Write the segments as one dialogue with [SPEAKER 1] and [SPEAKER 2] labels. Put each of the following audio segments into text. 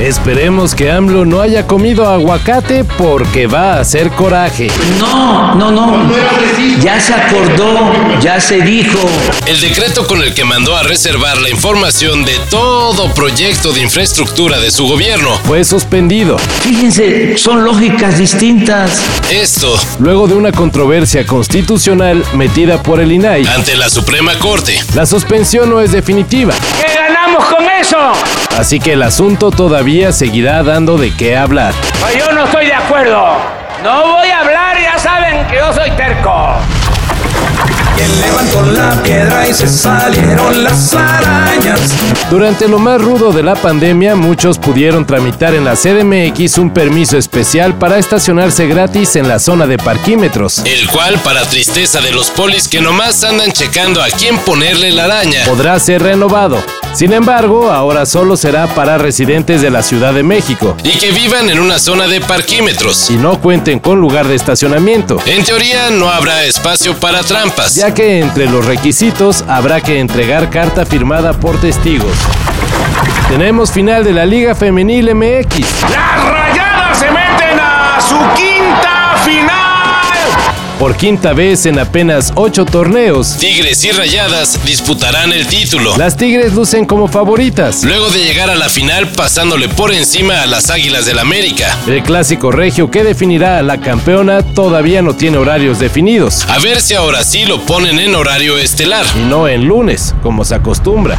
[SPEAKER 1] Esperemos que AMLO no haya comido aguacate porque va a hacer coraje.
[SPEAKER 2] No, no, no. Ya se acordó, ya se dijo.
[SPEAKER 1] El decreto con el que mandó a reservar la información de todo proyecto de infraestructura de su gobierno fue suspendido.
[SPEAKER 2] Fíjense, son lógicas distintas.
[SPEAKER 1] Esto luego de una controversia constitucional metida por el INAI ante la Suprema Corte. La suspensión no es definitiva.
[SPEAKER 3] ¿Qué ganamos con eso?
[SPEAKER 1] Así que el asunto todavía seguirá dando de qué hablar.
[SPEAKER 3] Pues yo no estoy de acuerdo. No voy a hablar, ya saben que yo soy terco.
[SPEAKER 4] Quien levantó la piedra y se salieron las arañas.
[SPEAKER 1] Durante lo más rudo de la pandemia, muchos pudieron tramitar en la CDMX un permiso especial para estacionarse gratis en la zona de parquímetros. El cual, para tristeza de los polis que nomás andan checando a quién ponerle la araña, podrá ser renovado. Sin embargo, ahora solo será para residentes de la Ciudad de México. Y que vivan en una zona de parquímetros. Y no cuenten con lugar de estacionamiento. En teoría, no habrá espacio para trampas. Ya que entre los requisitos habrá que entregar carta firmada por testigos. Tenemos final de la Liga Femenil MX.
[SPEAKER 3] Las rayadas se meten a su quinta final.
[SPEAKER 1] Por quinta vez en apenas ocho torneos, Tigres y Rayadas disputarán el título. Las Tigres lucen como favoritas. Luego de llegar a la final pasándole por encima a las Águilas del América. El clásico regio que definirá a la campeona todavía no tiene horarios definidos. A ver si ahora sí lo ponen en horario estelar. Y no en lunes, como se acostumbra.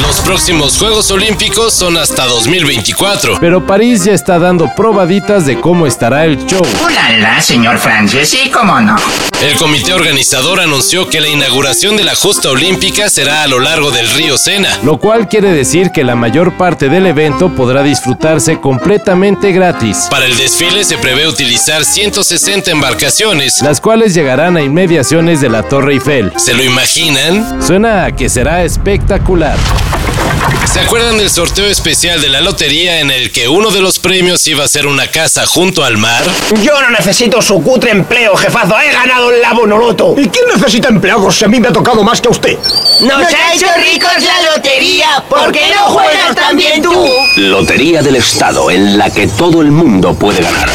[SPEAKER 1] Los próximos Juegos Olímpicos son hasta 2024. Pero París ya está dando probaditas de cómo estará el show.
[SPEAKER 5] ¡Hola, señor Francis! Sí, cómo no.
[SPEAKER 1] El comité organizador anunció que la inauguración de la justa olímpica será a lo largo del río Sena, lo cual quiere decir que la mayor parte del evento podrá disfrutarse completamente gratis. Para el desfile se prevé utilizar 160 embarcaciones, las cuales llegarán a inmediaciones de la Torre Eiffel. ¿Se lo imaginan? Suena a que será espectacular. ¿Se acuerdan del sorteo especial de la lotería en el que uno de los premios iba a ser una casa junto al mar?
[SPEAKER 6] Yo no necesito su cutre empleo, jefazo. He ganado el labonoloto.
[SPEAKER 7] Oh. ¿Y quién necesita empleados si a mí me ha tocado más que a usted?
[SPEAKER 8] Nos ha hecho ricos la lotería. ¿Por qué no juegas también tú?
[SPEAKER 9] Lotería del Estado en la que todo el mundo puede ganar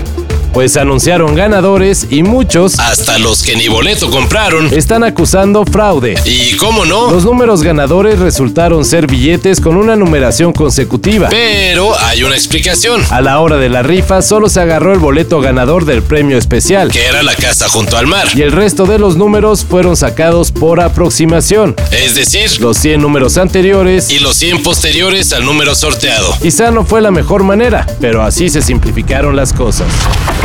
[SPEAKER 1] pues anunciaron ganadores y muchos, hasta los que ni boleto compraron, están acusando fraude. ¿Y cómo no? Los números ganadores resultaron ser billetes con una numeración consecutiva. Pero hay una explicación. A la hora de la rifa solo se agarró el boleto ganador del premio especial, que era la casa junto al mar. Y el resto de los números fueron sacados por aproximación. Es decir, los 100 números anteriores y los 100 posteriores al número sorteado. Quizá no fue la mejor manera, pero así se simplificaron las cosas.